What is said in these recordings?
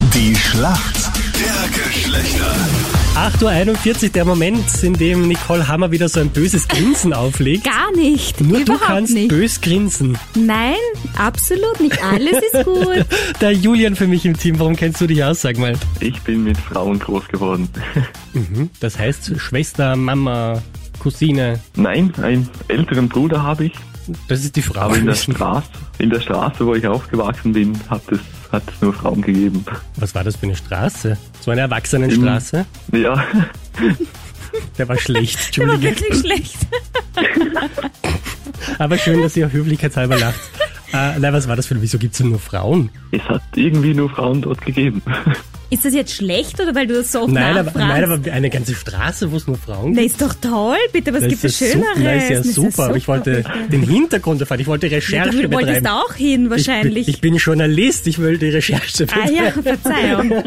Die Schlacht der Geschlechter. 8.41 Uhr, der Moment, in dem Nicole Hammer wieder so ein böses Grinsen auflegt. Gar nicht. Nur du Überhaupt kannst nicht. bös grinsen. Nein, absolut nicht. Alles ist gut. Der Julian für mich im Team, warum kennst du dich aus, sag mal? Ich bin mit Frauen groß geworden. Das heißt Schwester, Mama, Cousine. Nein, einen älteren Bruder habe ich, Das ist die Frau. aber in der Straße, in der Straße, wo ich aufgewachsen bin, hat es hat es nur Frauen gegeben. Was war das für eine Straße? So eine Erwachsenenstraße? Ja, Der war schlecht, Der war Entschuldige. wirklich schlecht. Aber schön, dass ihr höflichkeitshalber lacht. Äh, nein, was war das für Wieso gibt's denn nur Frauen? es hat irgendwie nur Frauen dort gegeben. Ist das jetzt schlecht oder weil du das so oft Nein, aber, nachfragst? nein, aber eine ganze Straße, wo es nur Frauen Na, gibt. ist doch toll, bitte, was gibt es ja Schöneres? super, nein, ist ja Das super. Aber ich wollte den Hintergrund erfahren. Ich wollte Ja, Recherche du wolltest betreiben. auch hin, Ich bin- wahrscheinlich. Ich bin Journalist, ich will die Recherche ah betreiben. ja, Verzeihung.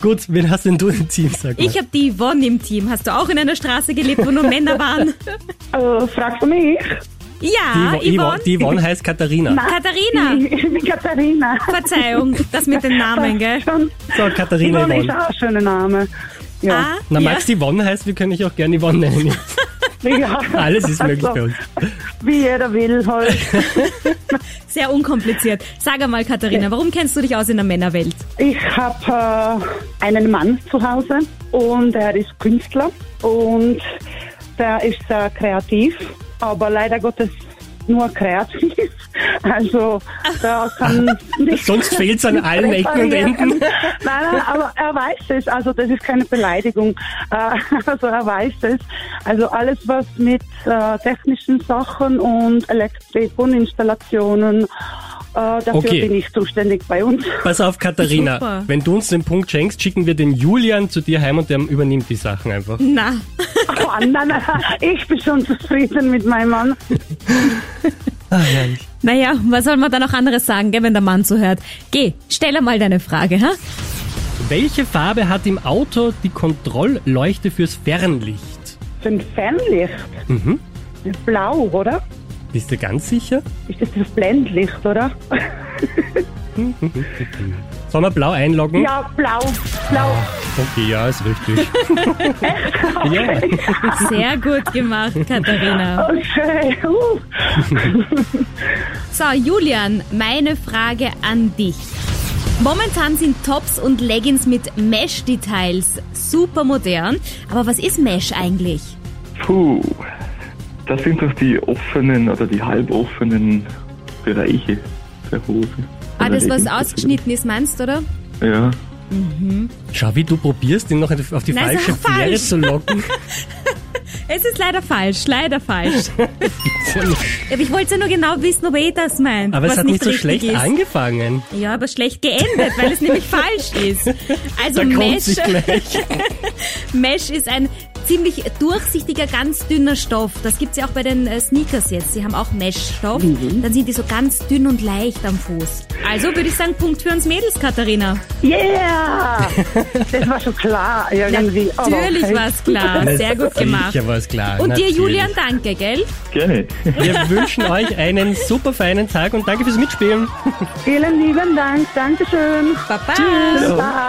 Gut, wen hast denn du im Team, sag mal? Ich habe die Yvonne im Team. Hast du auch in einer Straße gelebt, wo nur Männer waren? Äh, fragst du mich? Ja, die, Yvonne- ah, Yvonne. die Yvonne heißt Katharina. Katharina. Die Katharina. Verzeihung, das mit den Namen, gell? Schon. So, Katharina Yvonne ist Yvonne. auch ein schöner Name. Ja. Ah, Na, ja. Max Yvonne heißt, wir können dich auch gerne Yvonne nennen. ja. Alles ist möglich Also, bei uns. Wie jeder will halt. Sehr unkompliziert. Sag einmal, Katharina, warum kennst du dich aus in der Männerwelt? Ich habe äh, einen Mann zu Hause und er ist Künstler und der ist sehr kreativ, aber leider Gottes nur kreativ. Also da kann nicht Sonst fehlt's an allen Ecken und Enden. Nein, nein, aber er weiß es. Also das ist keine Beleidigung. Äh, Also er weiß es. Also alles, was mit äh, technischen Sachen und Elektrik und Installationen, äh, dafür Okay. bin ich zuständig bei uns. Pass auf, Katharina. Super. Wenn du uns den Punkt schenkst, schicken wir den Julian zu dir heim und der übernimmt die Sachen einfach. Na, Oh, nein, nein, ich bin schon zufrieden mit meinem Mann. Ah, naja, was soll man da noch anderes sagen, gell, wenn der Mann zuhört? Geh, stell einmal deine Frage, ha? Welche Farbe hat im Auto die Kontrollleuchte fürs Fernlicht? Für ein Fernlicht. Blau, oder? Bist du ganz sicher? Ist das das Blendlicht, oder? Sollen wir blau einloggen? Ja, blau, blau. Okay, ja, ist richtig. ja. Sehr gut gemacht, Katharina. Okay. Oh, Uh. So, Julian, meine Frage an dich. Momentan sind Tops und Leggings mit Mesh-Details super modern. Aber was ist Mesh eigentlich? Puh, das sind doch die offenen oder die halboffenen Bereiche der Hose. Ah, das, Oder was Leggings. ausgeschnitten ist, meinst du, oder? Ja, Schau, wie du probierst, ihn noch auf die Nein, ist falsche auch falsch. Fähre zu locken. Es ist leider falsch, leider falsch. Aber ich wollte ja nur genau wissen, ob eh das meint. Aber was es hat nicht so richtig schlecht ist. angefangen. Ja, aber schlecht geendet, weil es nämlich falsch ist. Da Also kommt Mesh, sich gleich. Mesh ist ein ziemlich durchsichtiger, ganz dünner Stoff. Das gibt's ja auch bei den äh, Sneakers jetzt. Sie haben auch Mesh-Stoff. Mhm. Dann sind die so ganz dünn und leicht am Fuß. Also würde ich sagen, Punkt für uns Mädels, Katharina. Yeah! Das war schon klar irgendwie. aber Natürlich okay. war's klar. Sehr gut gemacht. Sicher war es klar. Und dir, natürlich. Julian, danke, gell? gerne. Wir wünschen euch einen super feinen Tag und danke fürs Mitspielen. Vielen lieben Dank. Dankeschön. Baba. Schönen Tag.